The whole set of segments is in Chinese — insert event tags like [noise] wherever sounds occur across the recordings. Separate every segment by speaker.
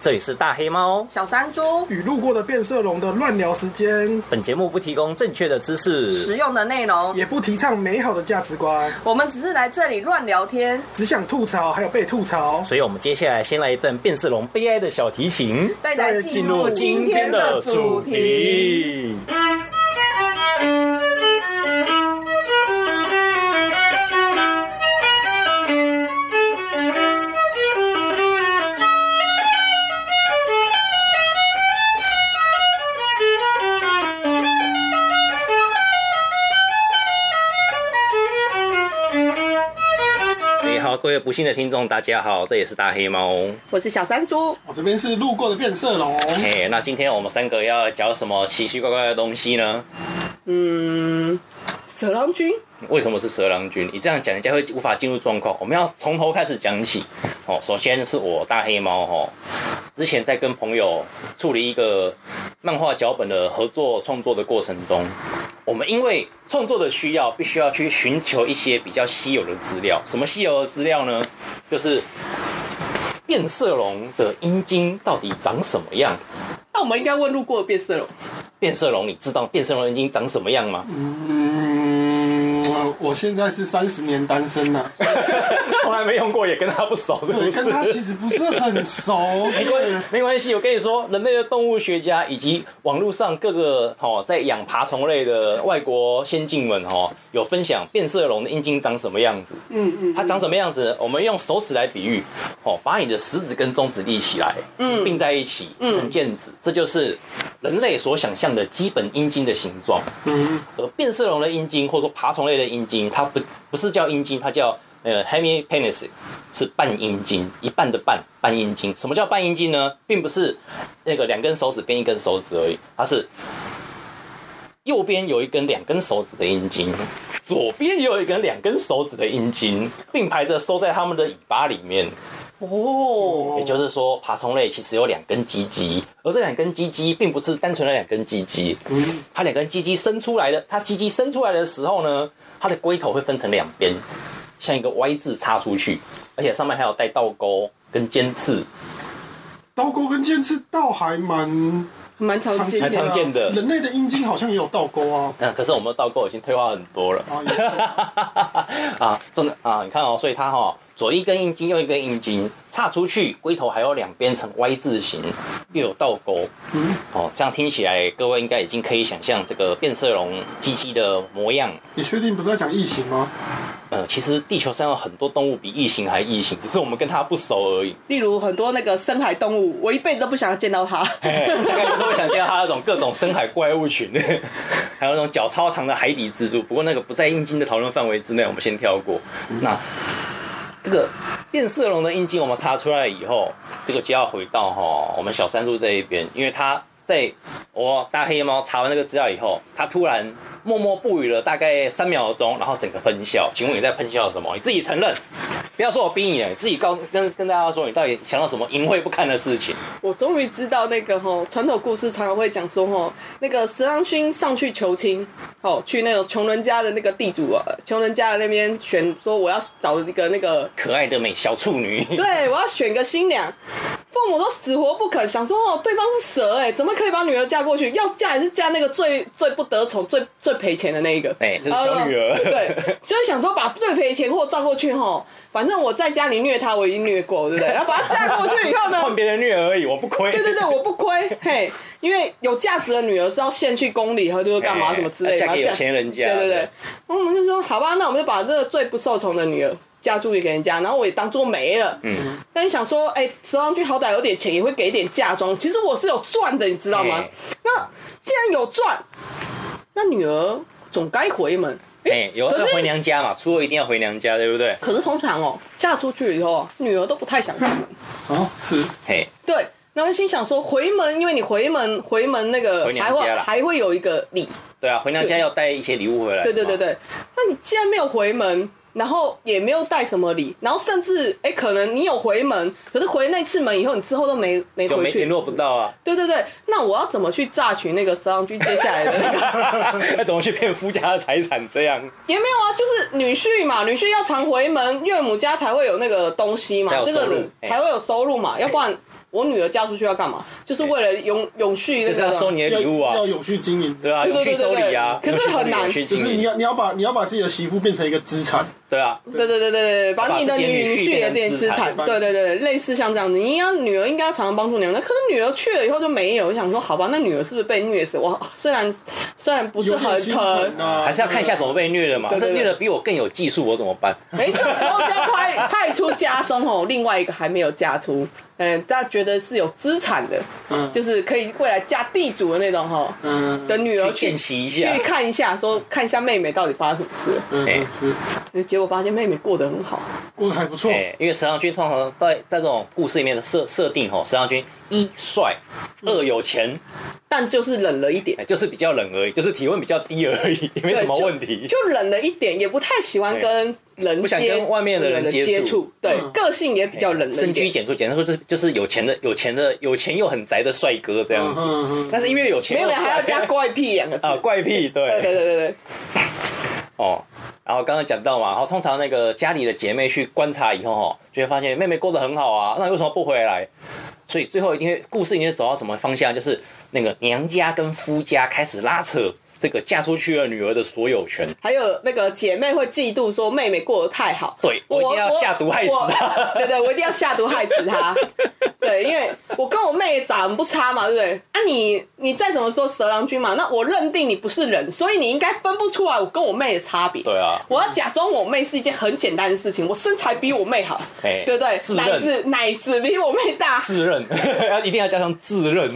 Speaker 1: 这里是大黑猫。
Speaker 2: 小山猪
Speaker 3: 与路过的变色龙的乱聊时间，
Speaker 1: 本节目不提供正确的知识，
Speaker 2: 实用的内容，
Speaker 3: 也不提倡美好的价值观，
Speaker 2: 我们只是来这里乱聊天。
Speaker 3: 只想吐槽，还有被吐槽。
Speaker 1: 所以我们接下来先来一段变色龙悲哀的小提琴，
Speaker 2: 再来进入今天的主题。。
Speaker 1: 你好，各位不幸的听众，大家好，这也是大黑猫。
Speaker 2: 我是小山猪，
Speaker 3: 我哦这边是路过的变色龙，
Speaker 1: 哎、那今天我们三个要讲什么奇奇怪怪的东西呢？
Speaker 2: 嗯，蛇郎君，
Speaker 1: 为什么是蛇郎君？你这样讲，人家会无法进入状况。我们要从头开始讲起。哦，首先是我大黑猫哦，之前在跟朋友处理一个漫画脚本的合作创作的过程中，我们因为创作的需要，必须要去寻求一些比较稀有的资料。什么稀有的资料呢？就是变色龙的阴茎到底长什么样？
Speaker 2: 那我们应该问路过的变色龙。
Speaker 1: 变色龙，你知道变色龙的阴茎长什么样吗？
Speaker 3: 嗯，我我现在是三十年单身啊了，
Speaker 1: 从来没用过，也跟它不熟，是
Speaker 3: 我
Speaker 1: 不
Speaker 3: 跟他
Speaker 1: 是
Speaker 3: 其？实不是很熟。
Speaker 1: 没
Speaker 3: 嗯
Speaker 1: 关没关系，我跟你说，人类的动物学家以及网络上各个哦在养爬虫类的外国先进们哦，有分享变色龙的阴茎长什么样子。
Speaker 3: 嗯嗯，
Speaker 1: 它长什么样子呢？我们用手指来比喻，哦，把你的食指跟中指立起来，嗯，并在一起成剑指，这就是人类所想象的基本阴茎的形状。
Speaker 3: 嗯，
Speaker 1: 而变色龙的阴茎，或者说爬虫类的阴茎，它不不是叫阴茎，它叫呃 hemi penis，是半阴茎，一半的半半阴茎。什么叫半阴茎呢？并不是那个两根手指变一根手指而已，它是右边有一根两根手指的阴茎，左边也有一根两根手指的阴茎，并排着收在它们的尾巴里面。
Speaker 2: 哦，
Speaker 1: 也就是说，爬虫类其实有两根鸡鸡，而这两根鸡鸡并不是单纯的两根鸡鸡，
Speaker 3: 嗯
Speaker 1: 它两根鸡鸡伸出来的，它鸡鸡伸出来的时候呢，它的龟头会分成两边，像一个 Y 字插出去，而且上面还有带倒钩跟尖刺，
Speaker 3: 刀钩跟剑刺倒还蛮
Speaker 2: 蛮常
Speaker 3: 常
Speaker 2: 见
Speaker 3: 见
Speaker 1: 还常
Speaker 3: 的
Speaker 2: 的。
Speaker 1: 见的
Speaker 3: 啊，人类的阴茎好像也有倒钩啊。
Speaker 1: 嗯，可是我们的倒钩已经退化很多了。
Speaker 3: 啊，也
Speaker 1: 啊，真的啊，你看哦，所以它哈、哦、左一根阴茎，右一根阴茎插出去，龟头还有两边呈 Y 字形，又有倒钩。
Speaker 3: 嗯
Speaker 1: 哦，这样听起来，各位应该已经可以想象这个变色龙鸡鸡的模样。
Speaker 3: 你确定不是在讲异形吗？
Speaker 1: 呃，其实地球上有很多动物比异形还异形，只是我们跟它不熟而已。
Speaker 2: 例如很多那个深海动物，我一辈子都不想要见到它。
Speaker 1: 嘿大概都会想见到它那种各种深海怪物群， [laughs] 还有那种脚超长的海底蜘蛛。不过那个不在阴茎的讨论范围之内，我们先跳过。那这个变色龙的阴茎我们查出来以后，这个就要回到哈我们小山猪这一边，因为它在哦我大黑猫查完那个资料以后，它突然默默不语了大概三秒钟，然后整个喷笑。请问你在喷笑什么？你自己承认，不要说我逼你了，你自己告跟跟大家说你到底想到什么淫秽不堪的事情。
Speaker 2: 我终于知道那个吼传统故事常常会讲说吼，那个十郎勋上去求亲，吼去那个穷人家的那个地主啊，穷人家的那边选说我要找一个那个，
Speaker 1: 可爱的美小处女。
Speaker 2: 对我要选个新娘，父母都死活不肯，想说哦对方是蛇哎、怎么可以把女儿嫁过去？要嫁也是嫁那个最最不得宠、最最赔钱的那一个，
Speaker 1: [laughs] 哎就是小女儿
Speaker 2: 呃
Speaker 1: [laughs]
Speaker 2: 对，就是想说把最赔钱货嫁过去吼，反正我在家里虐她，我已经虐过，对
Speaker 1: [laughs]
Speaker 2: 不对？然后把她嫁过去以后呢，
Speaker 1: 换别人虐而已，我不亏。
Speaker 2: 对对对，我不亏，嘿，因为有价值的女儿是要献去宫里，和就是干嘛
Speaker 1: 哎
Speaker 2: 什么之类的，
Speaker 1: 嫁
Speaker 2: 然后
Speaker 1: 给
Speaker 2: 这
Speaker 1: 有
Speaker 2: 样
Speaker 1: 钱人家。
Speaker 2: 对对对，然后我们就说好吧，那我们就把这个最不受宠的女儿嫁出去给人家，然后我也当做没了。
Speaker 1: 嗯，
Speaker 2: 但是想说，哎、十郎君好歹有点钱，也会给点嫁妆。其实我是有赚的，你知道吗
Speaker 1: 哎？
Speaker 2: 那既然有赚，那女儿总该回门。
Speaker 1: 哎，有
Speaker 2: 可
Speaker 1: 要
Speaker 2: 是
Speaker 1: 回娘家嘛，初二一定要回娘家，对不对？
Speaker 2: 可是通常哦，嫁出去以后，女儿都不太想回门。
Speaker 3: 啊，是
Speaker 1: 嘿，
Speaker 2: 对，然后心想说回门，因为你回门回门那个
Speaker 1: 回娘
Speaker 2: 还会
Speaker 1: 家啦
Speaker 2: 还会有一个礼，
Speaker 1: 对啊，回娘家要带一些礼物回来。
Speaker 2: 对对对。对。那你既然没有回门，然后也没有带什么礼，然后甚至哎，可能你有回门，可是回那次门以后，你之后都没没
Speaker 1: 就
Speaker 2: 回
Speaker 1: 没
Speaker 2: 去
Speaker 1: 联。络不到
Speaker 2: [laughs]
Speaker 1: 啊，
Speaker 2: 对对对，那我要怎么去榨取那个十郎君接下来的
Speaker 1: [laughs]
Speaker 2: 那个？
Speaker 1: 那怎么去骗夫家的财产？这样
Speaker 2: 也没有啊，就是女婿嘛，女婿要常回门，岳母家才会有那个东西嘛
Speaker 1: 才有，
Speaker 2: 这个
Speaker 1: 收入
Speaker 2: 礼
Speaker 1: 哎哎
Speaker 2: 才会有收入嘛，要不然我女儿嫁出去要干嘛？就是为了永永续那
Speaker 1: 就是要
Speaker 2: 个。
Speaker 1: 收你的
Speaker 3: 要
Speaker 1: 礼物啊
Speaker 3: 要，有序经营，
Speaker 1: 对啊，
Speaker 2: 对
Speaker 1: 永
Speaker 2: 对
Speaker 1: 续收
Speaker 2: 对
Speaker 1: 礼啊，
Speaker 2: 对对对可是
Speaker 1: 永续收礼
Speaker 2: 很难
Speaker 1: 永续
Speaker 3: 就
Speaker 1: 经
Speaker 3: 是
Speaker 1: 营，
Speaker 3: 你要你要把你要把自己的媳妇变成一个资产，
Speaker 1: 对啊，
Speaker 2: 对对对对对，把你的女婿也变资
Speaker 1: 把自己
Speaker 2: 产
Speaker 1: 的，
Speaker 3: 女婿变资产
Speaker 2: 对对对，类似像这样子，你应该女儿应该常常帮助娘家，可是女儿去了以后就没有，我想说好吧，那女儿是不是被虐死？我虽然虽然不是
Speaker 3: 有
Speaker 2: 很
Speaker 3: 点心
Speaker 2: 疼
Speaker 3: 疼，啊，
Speaker 1: 还是要看一下怎么被虐的嘛。
Speaker 2: 对对
Speaker 1: 这
Speaker 2: 对
Speaker 1: 虐的比我更有技术，我怎么办？
Speaker 2: 哎、这时候就要派派出家中哦，另外一个还没有嫁出，嗯，大家觉得是有资产的，
Speaker 3: 嗯
Speaker 2: 就是可以未来嫁地主的那种哈
Speaker 3: 嗯
Speaker 2: 的女儿
Speaker 1: 去见习一下
Speaker 2: 去看一下，说看一下妹妹到底发生什么事了
Speaker 1: 哎
Speaker 3: 嗯是
Speaker 2: 结果发现妹妹过得很好，
Speaker 3: 过得还不错，
Speaker 1: 哎，因为十郎君通常在在这种故事里面的设设定吼，十郎君一帅，
Speaker 2: 嗯
Speaker 1: 二有钱，
Speaker 2: 但就是冷了一点
Speaker 1: 哎，，就是比较冷而已，就是体温比较低而已，也没
Speaker 2: 对
Speaker 1: 什么
Speaker 2: 就
Speaker 1: 问题。
Speaker 2: 就冷了一点，也不太喜欢跟人
Speaker 1: 不想
Speaker 2: 接
Speaker 1: 跟外面的人
Speaker 2: 人
Speaker 1: 接
Speaker 2: 接
Speaker 1: 触
Speaker 2: 触，对，
Speaker 3: 嗯
Speaker 2: 个性也比较冷了一
Speaker 1: 哎深居
Speaker 2: 点。
Speaker 1: 简出，简单说就是就是有钱的、有钱的、有钱又很宅的帅哥这样
Speaker 3: 嗯
Speaker 1: 子。
Speaker 3: 嗯嗯，
Speaker 1: 但是因为有钱
Speaker 2: 没有
Speaker 1: 又
Speaker 2: 人
Speaker 1: 帅，
Speaker 2: 还
Speaker 1: [laughs]
Speaker 2: 要加怪癖两个字
Speaker 1: 啊，怪癖，
Speaker 2: 对
Speaker 1: 对
Speaker 2: 对对对对，
Speaker 1: 哦。然后刚刚讲到嘛，然后通常那个家里的姐妹去观察以后哦，就会发现妹妹过得很好啊，那你为什么不回来？所以最后一定会故事一定会走到什么方向，就是那个娘家跟夫家开始拉扯这个嫁出去的女儿的所有权。
Speaker 2: 还有那个姐妹会嫉妒说妹妹过得太好，
Speaker 1: 对我一定要下毒害死她
Speaker 2: [laughs] 我对对，我一定要下毒害死
Speaker 1: [laughs]
Speaker 2: 她。对，因为我跟我妹长不差嘛，对不对？啊你，你再怎么说蛇郎君嘛，那我认定你不是人，所以你应该分不出来我跟我妹的差别。
Speaker 1: 对啊，
Speaker 2: 我要假装我妹是一件很简单的事情，我身材比我妹好，
Speaker 1: 哎
Speaker 2: 对不对？
Speaker 1: 自认
Speaker 2: 奶子奶子比我妹大，
Speaker 1: 自认， [laughs] 要一定要加上自 [laughs] 认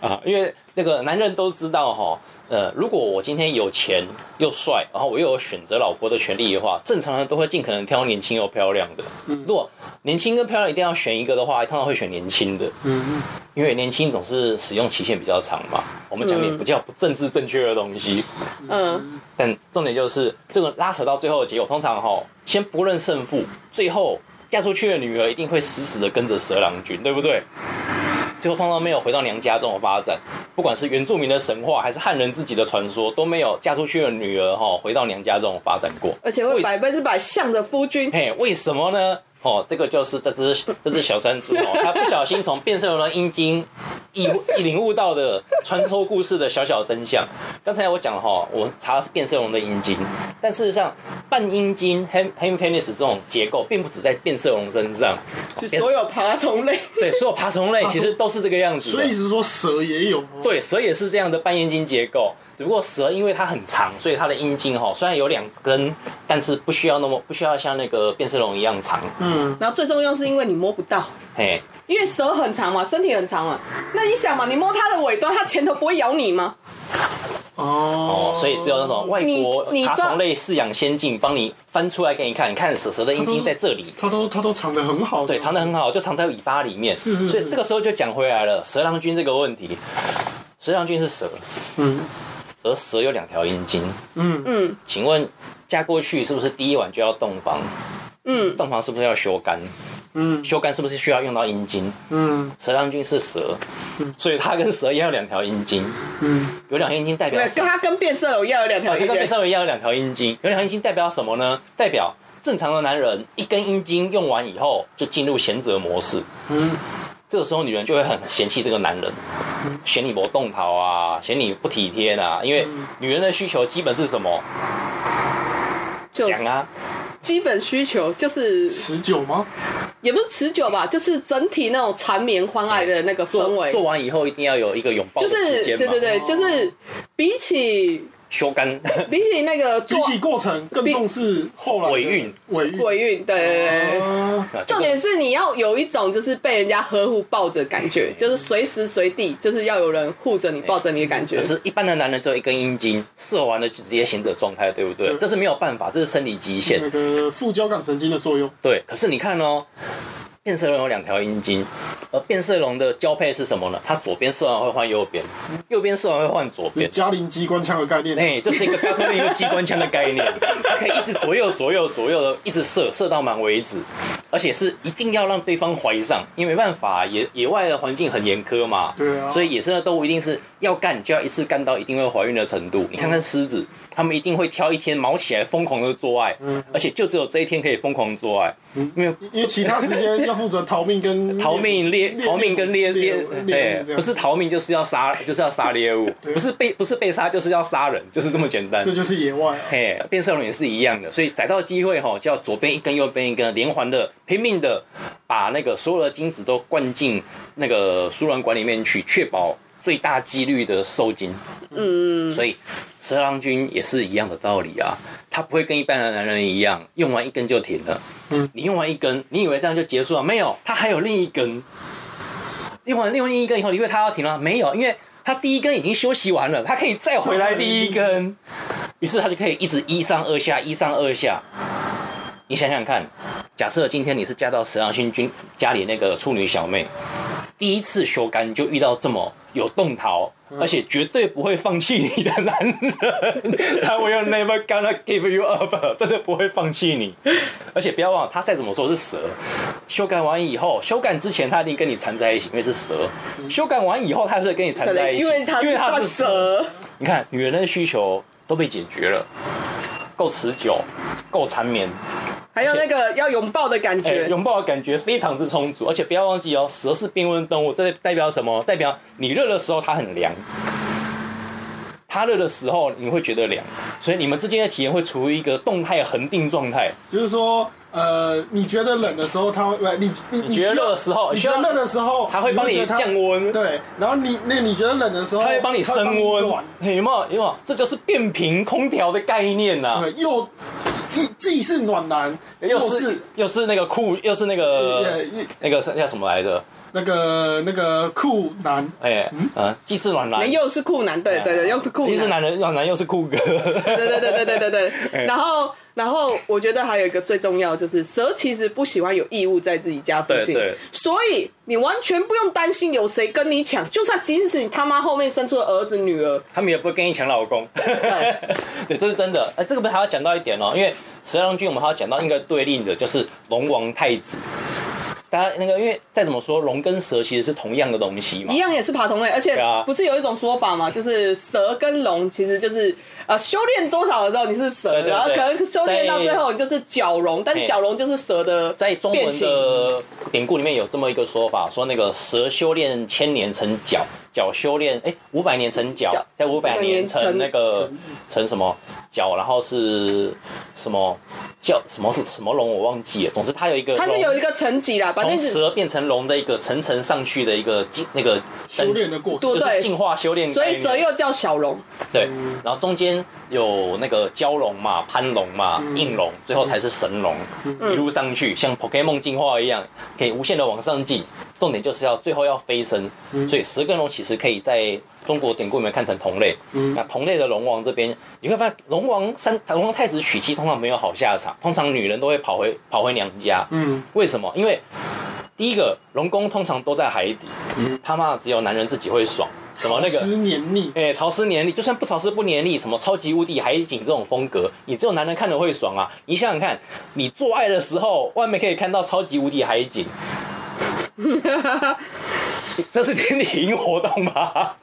Speaker 1: 啊，因为那个男人都知道哈，呃，如果我今天有钱又帅，然后我又有选择老婆的权利的话，正常人都会尽可能挑年轻又漂亮的。如果年轻跟漂亮一定要选一个的话，通常会选年轻的，
Speaker 3: 嗯
Speaker 1: 因为年轻总是使用期限比较长嘛。我们讲点比较不政治正确的东西，
Speaker 2: 嗯，
Speaker 1: 但重点就是这个拉扯到最后的结果，通常哈，先不论胜负，最后嫁出去的女儿一定会死死的跟着蛇郎君，对不对？最后通常没有回到娘家这种发展，不管是原住民的神话还是汉人自己的传说，都没有嫁出去的女儿哈回到娘家这种发展过。
Speaker 2: 而且会百分之百向着夫君。
Speaker 1: 嘿，为什么呢？哦，这个就是这只这只小山猪
Speaker 3: [laughs]
Speaker 1: 哦，它不小心从变色龙的阴茎一一领悟到的传说故事的小小真相。刚才我讲了哈、哦，我查的是变色龙的阴茎，但事实上半阴茎 （hem hem penis） 这种结构并不只在变色龙身上，
Speaker 2: 是所有爬虫类，
Speaker 1: 对，所有爬虫类其实都是这个样子的。
Speaker 3: 所以是说蛇也有，，
Speaker 1: 对，蛇也是这样的半阴茎结构，只不过蛇因为它很长，所以它的阴茎哈虽然有两根，但是不需要那么不需要像那个变色龙一样长。
Speaker 3: 嗯
Speaker 2: 然后最重要是因为你摸不到，
Speaker 1: 嘿，
Speaker 2: 因为蛇很长嘛，身体很长嘛。那你想嘛，你摸它的尾端，它前头不会咬你吗？
Speaker 3: 哦
Speaker 1: 哦，所以只有那种外国
Speaker 2: 你你
Speaker 1: 爬
Speaker 2: 抓
Speaker 1: 虫类饲养先进，帮你翻出来给你看。你看蛇蛇的阴茎在这里，
Speaker 3: 它都它都藏得很好，
Speaker 1: 对，藏得很好，就藏在尾巴里面。
Speaker 3: 是是是
Speaker 1: 所以这个时候就讲回来了，蛇郎君这个问题。蛇郎君是蛇，
Speaker 3: 嗯
Speaker 1: 而蛇有两条阴茎，
Speaker 3: 嗯嗯
Speaker 1: 请问嫁过去是不是第一晚就要洞房？
Speaker 2: 嗯，
Speaker 1: 洞房是不是要修肝？
Speaker 3: 嗯
Speaker 1: 修肝是不是需要用到阴茎？
Speaker 3: 嗯
Speaker 1: 蛇郎君是蛇，所以它跟蛇一样有两条阴茎，
Speaker 3: 嗯，
Speaker 1: 有两条阴茎代表
Speaker 2: 对，
Speaker 1: 什
Speaker 2: 跟
Speaker 1: 么？
Speaker 2: 它跟变哦色龙一样有两条
Speaker 1: 它
Speaker 2: 线
Speaker 1: 跟变色龙哦一样有两条阴茎，有两条阴茎代表什么呢？代表正常的男人一根阴茎用完以后就进入贤者模式，
Speaker 3: 嗯，
Speaker 1: 这个时候女人就会很嫌弃这个男人，嫌你不动桃啊，嫌你不体贴啊，因为
Speaker 2: 嗯
Speaker 1: 女人的需求基本是什么？
Speaker 2: 就是
Speaker 1: 讲啊，
Speaker 2: 基本需求就是
Speaker 3: 持久吗？
Speaker 2: 也不是持久吧，就是整体那种缠绵欢爱的那个氛
Speaker 1: 做
Speaker 2: 围，
Speaker 1: 做完以后一定要有一个拥抱
Speaker 2: 就
Speaker 1: 的
Speaker 2: 是
Speaker 1: 时
Speaker 2: 对
Speaker 1: 间嘛，
Speaker 2: 对对，
Speaker 3: 哦
Speaker 2: 就是比起
Speaker 1: 修干 [laughs] 啊
Speaker 2: 比起那个做
Speaker 3: 比起过程更重视后来的
Speaker 1: 尾韵，
Speaker 3: 尾韵，
Speaker 2: 鬼运，对对对对。
Speaker 3: 啊，
Speaker 1: 啊
Speaker 2: 重点是你要有一种就是被人家呵护抱着的感觉，就是随时随地就是要有人护着你、抱着你的感觉
Speaker 1: 可。是，一般的男人只有一根阴茎，射完了就直接行者状态，对不对？
Speaker 3: 对
Speaker 1: 这是没有办法，这是生理极限
Speaker 3: 那。个副交感神经的作用，
Speaker 1: 对，可是你看哦，变色龙有两条阴茎，而变色龙的交配是什么呢？它左边射完会换右边，右边射完会换左
Speaker 3: 是
Speaker 1: 边。
Speaker 3: 嘉陵机关枪的概念，
Speaker 1: 哎、这是一个高特一个机关枪的概念，它可以一直左右左右左右的一直射，射到满为止。而且是一定要让对方怀疑上，因为没办法，野野外的环境很严苛嘛。
Speaker 3: 对啊
Speaker 1: 所以野生的动物一定是要干就要一次干到一定会怀孕的程度。你看看狮子，它们一定会挑一天毛起来疯狂的做爱，
Speaker 3: 嗯
Speaker 1: 而且就只有这一天可以疯狂做爱，因为
Speaker 3: 因为其他时间要负责逃命跟
Speaker 1: 逃命猎逃命跟猎猎，
Speaker 3: 猎
Speaker 1: 对
Speaker 3: 物这，样
Speaker 1: 不是逃命就是要杀，就是要杀猎物，不是被不是被杀就是要杀人，就是这么简单
Speaker 3: 这。就是野外啊。
Speaker 1: 嘿，变色龙也是一样的，所以逮到机会哈，就要左边一根，右边一根，连环的拼命的把那个所有的精子都灌进那个输卵管里面去，确保最大几率的受精。嗯，所以蛇郎君也是一样的道理啊，他不会跟一般的男人一样，用完一根就停了。
Speaker 3: 嗯，
Speaker 1: 你用完一根，你以为这样就结束了？没有，他还有另一根。用完另外另一根以后，你以为他要停了？没有，因为他第一根已经休息完了，他可以再回来第一根。于是他就可以一直一上二下，一上二下。你想想看，假设今天你是嫁到十郎星君家里那个处女小妹，第一次修干就遇到这么有动桃，而且绝对不会放弃你的男人，他 will never gonna give you up，真的不会放弃你。而且不要忘了，他再怎么说是蛇，修改完以后，修改之前他一定跟你缠在一起，因为是蛇；修改完以后，他还是会跟你缠在一起，
Speaker 2: 因为它
Speaker 1: 因为他
Speaker 2: 算
Speaker 1: 是
Speaker 2: 蛇，
Speaker 1: 你看，女人的需求都被解决了，够持久，够缠绵，
Speaker 2: 还有那个要拥抱的感
Speaker 1: 哎
Speaker 2: 觉，
Speaker 1: 拥、抱的感觉非常之充足。而且不要忘记哦，蛇是变温动物，这代表什么？代表你热的时候它很凉，它热的时候你会觉得凉，所以你们之间的体验会处于一个动态恒定状态。
Speaker 3: 就是说，呃，你觉得冷的时候，它会，呃你你
Speaker 1: 你觉得
Speaker 3: 需要
Speaker 1: 热的时候
Speaker 3: 你觉得
Speaker 1: 需要
Speaker 3: 热的时候，
Speaker 1: 它会帮你
Speaker 3: 觉得它
Speaker 1: 降温
Speaker 3: 对，然后你那你觉得冷的时候，
Speaker 1: 哦它会帮你
Speaker 3: 它会帮
Speaker 1: 升
Speaker 3: 你
Speaker 1: 温
Speaker 3: 暖，
Speaker 1: 嘿有没有？有没有？这就是变频空调的概念呐、
Speaker 3: 对，又一既是暖男，
Speaker 1: 又
Speaker 3: 是
Speaker 1: 是哎又是那个酷，又是那个
Speaker 3: 呃一
Speaker 1: 那个叫什么来着？
Speaker 3: 那个那个酷男，
Speaker 1: 哎、呃，既是暖男，
Speaker 2: 又是酷男，对对对，又是酷
Speaker 1: 又是男
Speaker 2: 男，
Speaker 1: 人，哎暖男又是酷哥。
Speaker 2: 对对对对对对
Speaker 1: [laughs]
Speaker 2: 对对。然后，然后我觉得还有一个最重要的就是，蛇其实不喜欢有异物在自己家附近，
Speaker 1: 对对
Speaker 2: 所以你完全不用担心有谁跟你抢，就算即使你他妈后面生出了儿子女
Speaker 1: [laughs]
Speaker 2: 儿，
Speaker 1: [laughs]
Speaker 2: 哎
Speaker 1: 他们也不会跟你抢老公。
Speaker 2: 对
Speaker 1: [laughs] 对，这是真的。哎、这个不是还要讲到一点哦、因为蛇郎君我们还要讲到一个对立的，就是龙王太子。大家那个，因为再怎么说，龙跟蛇其实是同样的东西嘛
Speaker 2: 一。样也是爬同类，而且
Speaker 1: 对啊
Speaker 2: 不是有一种说法嘛，就是蛇跟龙其实就是呃修炼多少的时候你是蛇，
Speaker 1: 对对对
Speaker 2: 然后可能修炼到
Speaker 1: 在
Speaker 2: 最后你就是角龙，但是
Speaker 1: 嘿
Speaker 2: 角龙就是蛇的
Speaker 1: 在中
Speaker 2: 变
Speaker 1: 文
Speaker 2: 形。
Speaker 1: 的典故里面有这么一个说法，说那个蛇修炼千年成角，角修炼哎五百年成角
Speaker 2: 角，
Speaker 1: 在五百年成
Speaker 2: 成
Speaker 1: 那个成什么角，然后是什么叫什么什么龙我忘记了，总之它有一个
Speaker 2: 它是
Speaker 1: 龙
Speaker 2: 有一个层级啦，反正
Speaker 1: 从
Speaker 2: 是
Speaker 1: 蛇变成龙的一个层层上去的一个进那个
Speaker 3: 修炼的过程
Speaker 2: 哦对，
Speaker 1: 就是进化修炼概
Speaker 2: 所
Speaker 1: 念，
Speaker 2: 以蛇又叫小龙。
Speaker 1: 对，然后中间有那个蛟龙嘛、攀龙嘛、
Speaker 2: 嗯
Speaker 1: 应龙，最后才是神龙，一路上去像 Pokemon 进化一样，可以无限的往上进。重点就是要最后要飞升，
Speaker 2: 嗯
Speaker 1: 所以蛇跟龙其实可以在中国典故里面看成同类。
Speaker 2: 嗯
Speaker 1: 那同类的龙王这边，你会发现龙王三龙王太子娶妻通常没有好下场，通常女人都会跑回跑回娘家。
Speaker 3: 嗯，
Speaker 1: 为什么？因为第一个龙宫通常都在海底，
Speaker 2: 嗯
Speaker 1: 他妈的只有男人自己会爽。什么那个
Speaker 3: 湿黏腻，
Speaker 1: 哎、潮湿黏腻，就算不潮湿不黏腻，什么超级无敌海景这种风格，你只有男人看了会爽啊！你想想看，你做爱的时候，外面可以看到超级无敌海 [laughs] 景，这是天体营活动吧？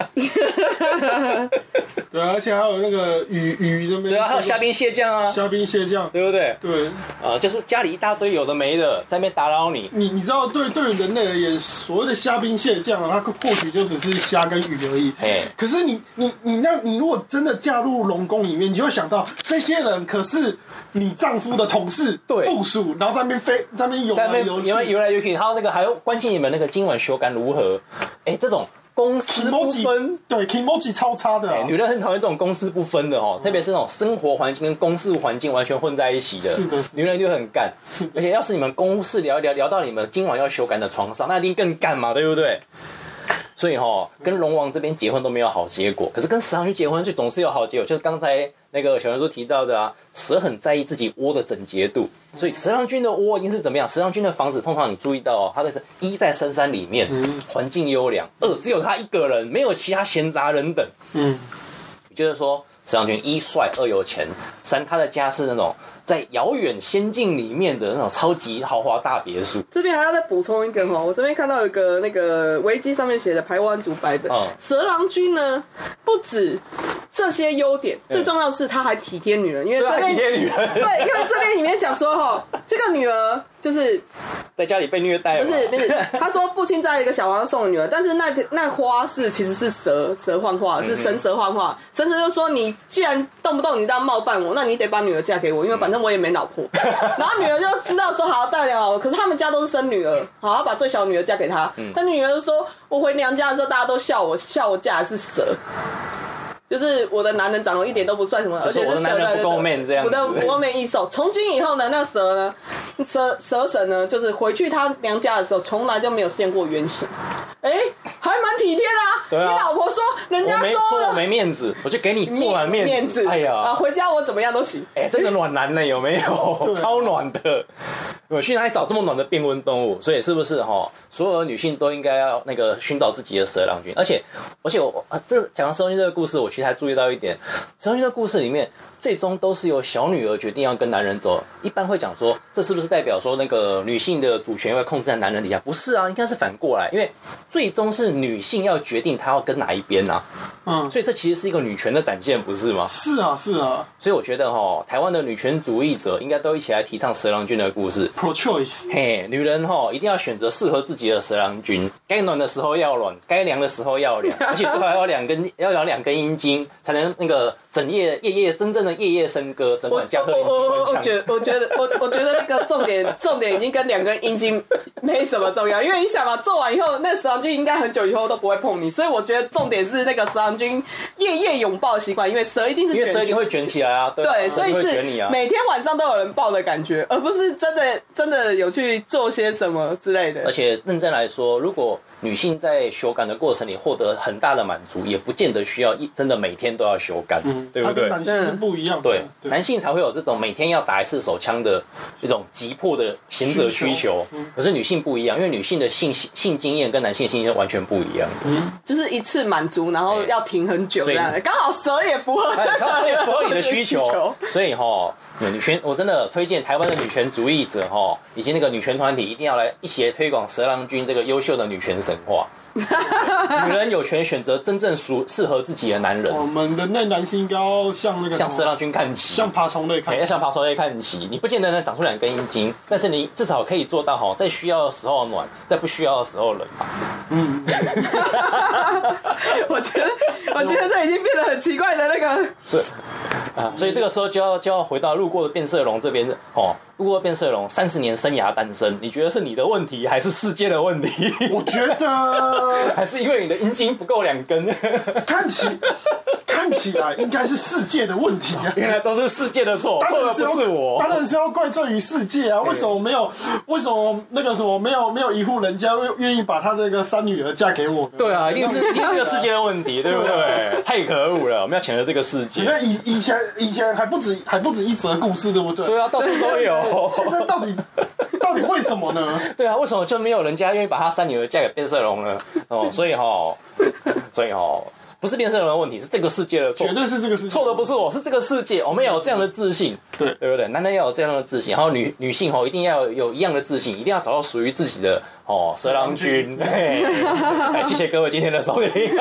Speaker 3: 对，而且还有那个鱼鱼那边，
Speaker 1: 对啊，还有虾兵蟹将啊，
Speaker 3: 虾兵蟹将，
Speaker 1: 对不对？
Speaker 3: 对
Speaker 1: 呃，就是家里一大堆有的没的，在那边打扰你。
Speaker 3: 你你知道，对对于人类而言，所谓的虾兵蟹将啊，它或许就只是虾跟鱼而已
Speaker 1: 哎。
Speaker 3: 可是你你你那，你如果真的嫁入龙宫里面，你就会想到这些人可是你丈夫的同事、
Speaker 1: 对
Speaker 3: 部署，然后在那边飞，在那边游
Speaker 1: 在那
Speaker 3: 来
Speaker 1: 边
Speaker 3: 游
Speaker 1: 游来
Speaker 3: 去。
Speaker 1: 游来游去，还有那个还要关心你们那个今晚修改如何？哎、这种公私不
Speaker 3: emoji
Speaker 1: 分。
Speaker 3: 对 emoji 超差的啊、嗯
Speaker 1: 哎女人很讨厌这种公私不分的哦，特别是那种生活环境跟公事环境完全混在一起的，
Speaker 3: 是的是的
Speaker 1: 女人就很干
Speaker 3: 是的。
Speaker 1: 而且要是你们公事聊一聊，聊到你们今晚要修改的床上，那一定更干嘛，对不对？所以哈、跟龙王这边结婚都没有好结果，可是跟石航去结婚就总是有好结果。就是刚才那个小人叔提到的啊，蛇很在意自己窝的整洁度，所以石郎君的窝一定是怎么样？石郎君的房子通常你注意到哦，它的是一在深山里面，
Speaker 3: 嗯
Speaker 1: 环境优良；二只有他一个人，没有其他闲杂人等。
Speaker 3: 嗯，
Speaker 1: 就是说，石上君一帅，二有钱，三他的家是那种在遥远仙境里面的那种超级豪华大别墅。
Speaker 2: 这边还要再补充一个哈，我这边看到有一个那个维基上面写的排湾族版本，
Speaker 1: 嗯
Speaker 2: 蛇郎君呢不止这些优点，最重要的是他还体贴女人，因为
Speaker 1: 嗯对
Speaker 2: 这
Speaker 1: 啊，体
Speaker 2: 边
Speaker 1: 贴女
Speaker 2: 对，
Speaker 1: 人，
Speaker 2: 因为这边里面讲说哈，这个女儿就是
Speaker 1: [laughs] 在家里被虐待
Speaker 2: 不
Speaker 1: 嘛。
Speaker 2: 是不是，
Speaker 1: [laughs]
Speaker 2: 他说父亲在一个小王送了女儿，但是那那花是其实是蛇蛇幻
Speaker 1: 嗯
Speaker 2: 化，是神蛇幻化。神蛇就说你既然动不动你这样冒犯我，那你得把女儿嫁给我，因
Speaker 1: 嗯
Speaker 2: 为反正我也没
Speaker 1: [laughs]
Speaker 2: 老婆。然后女儿就知道说好带了我，可是他们家都是生女儿，好要把最小的女儿嫁给他。
Speaker 1: 嗯
Speaker 2: 但女儿就说我回娘家的时候，大家都笑我，笑我嫁的是蛇。就是我的男人长得一点都不帅什么，而
Speaker 1: 是
Speaker 2: 且
Speaker 1: 我的
Speaker 2: 是
Speaker 1: 男
Speaker 2: 蛇
Speaker 1: 人不够
Speaker 2: 对
Speaker 1: man 这样
Speaker 2: 不够
Speaker 1: 子
Speaker 2: 不够 man 一手。从今以后呢，那蛇呢，蛇蛇神呢，就是回去他娘家的时候，从来就没有见过原形。哎、还蛮体贴啦、
Speaker 1: 对啊
Speaker 2: 你老婆说人
Speaker 1: 我
Speaker 2: 家
Speaker 1: 没说我
Speaker 2: 了，
Speaker 1: 没面子，我就给你做满
Speaker 2: 面
Speaker 1: 面
Speaker 2: 子，
Speaker 1: 哎
Speaker 2: 啊，
Speaker 1: 呀，
Speaker 2: 回家我怎么样都行。
Speaker 1: 哎、真的暖男呢，有没有？超暖的。我去哪里找这么暖的变温动物？所以是不是哈，所有的女性都应该要那个寻找自己的蛇郎君？而且，而且我啊，这讲到蛇郎君这个故事，我其实还注意到一点，蛇郎君的故事里面，最终都是由小女儿决定要跟男人走。一般会讲说，这是不是代表说那个女性的主权会控制在男人底下？不是啊，应该是反过来，因为最终是女性要决定她要跟哪一边啊。
Speaker 3: 嗯，
Speaker 1: 所以这其实是一个女权的展现，不是吗？
Speaker 3: 是啊是啊
Speaker 1: 所以我觉得哈，台湾的女权主义者应该都一起来提倡蛇郎君的故事。
Speaker 3: ，pro choice，
Speaker 1: 嘿，女人哈一定要选择适合自己的蛇郎君，该暖的时候要暖，该凉的时候要凉，而且最好要两根，要有两根阴茎，才能那个整夜夜夜真正的夜夜笙歌，整
Speaker 2: 我
Speaker 1: 晚加特
Speaker 2: 我
Speaker 1: 林机
Speaker 2: 我我
Speaker 1: 关
Speaker 2: 我
Speaker 1: 枪。
Speaker 2: 觉我觉得我我觉得那个重点重点已经跟两根阴茎没什么重要，因为你想嘛，做完以后那十郎君应该很久以后都不会碰你，所以我觉得重点是那个十郎君夜夜拥抱的习惯，因为蛇一定是
Speaker 1: 因为蛇
Speaker 2: 卷
Speaker 1: 一定会卷起来啊，对啊 [laughs]
Speaker 2: 对，所以
Speaker 1: 蛇一定会
Speaker 2: 是
Speaker 1: 卷你啊。
Speaker 2: 每天晚上都有人抱的感觉，而不是真的真的有去做些什么之类的
Speaker 1: 而。且认真来说，如果女性在修改的过程里获得很大的满足，也不见得需要一真的每天都要修改，
Speaker 3: 嗯，
Speaker 1: 对不
Speaker 3: 它
Speaker 1: 对
Speaker 3: 跟？男性是不一样的，
Speaker 1: 对，男性才会有这种每天要打一次手枪的一种急迫的行者需
Speaker 3: 需
Speaker 1: 求
Speaker 3: 求嗯，
Speaker 1: 可是女性不一样，因为女性的性性经验跟男性性经验完全不一 [laughs] 样。
Speaker 2: 就是一次满足，然后
Speaker 1: 哎
Speaker 2: 要停很久
Speaker 1: 所
Speaker 2: 这
Speaker 1: 以
Speaker 2: 样的。刚好蛇也不会，
Speaker 1: 哎，他所以符合你的 [laughs] 需
Speaker 2: 我的
Speaker 1: 求，所以哈，女权我真的推荐台湾的女权主义者哈，以及那个女权团体一定要来一起来推广蛇郎君这个优秀的女权神 [laughs] 话。女人有权选择真正属适合自己的男人，
Speaker 3: 我们人类男性应该要向那个
Speaker 1: 向
Speaker 3: 什么
Speaker 1: 蛇郎君看齐，
Speaker 3: 向爬虫类看
Speaker 1: 哎，要像爬虫类看齐，你不见得能长出两根阴茎，但是你至少可以做到哈，在需要的时候暖，在不需要的时候冷。
Speaker 3: 嗯，
Speaker 2: 我觉得，我觉得这已经变得很奇怪的那个。
Speaker 1: 是啊，所以这个时候就要就要回到路过的变色龙这边哦。路过的变色龙三十年生涯单身，你觉得是你的问题，还是世界的问题，
Speaker 3: 我觉得
Speaker 1: [laughs] 还是因为你的阴茎不够两
Speaker 3: [laughs]
Speaker 1: 根？
Speaker 3: 看起 [laughs] 看起来应该是世界的问题啊。
Speaker 1: 原来都是世界的错，
Speaker 3: 当
Speaker 1: 错的
Speaker 3: 然是
Speaker 1: 不
Speaker 3: 要
Speaker 1: 是我
Speaker 3: 当。然是要怪罪于世界啊！为什么没有？为什么那个什么没有没有一户人家愿愿意把他那个三女儿嫁给我？
Speaker 1: 对啊，一定是一定是这个世界的问题，对不
Speaker 3: [laughs]
Speaker 1: 对？太可恶了，我们要谴责这个世
Speaker 3: 你
Speaker 1: 界。
Speaker 3: 看以以前以前还不止还不止一则故事，对不对？
Speaker 1: 对啊，到处都有。
Speaker 3: 现在到底到底为什么呢？
Speaker 1: 对啊，为什么就没有人家愿意把他三女儿嫁给变色龙 [laughs] 呢？哦，所以哈，所以哈，不是变色龙的问题，是这个世界的 [laughs] 错
Speaker 3: 绝。对是这个事情
Speaker 1: 错的不是我，是这个世界，我们要有这样的自信，
Speaker 3: 对
Speaker 1: 对不对？男人要有这样的自信，然后女女性哦，一定要有有一样的自信，一定要找到属于自己的哦，蛇郎君。嘿 [laughs] 哎，谢谢各位今天的收听。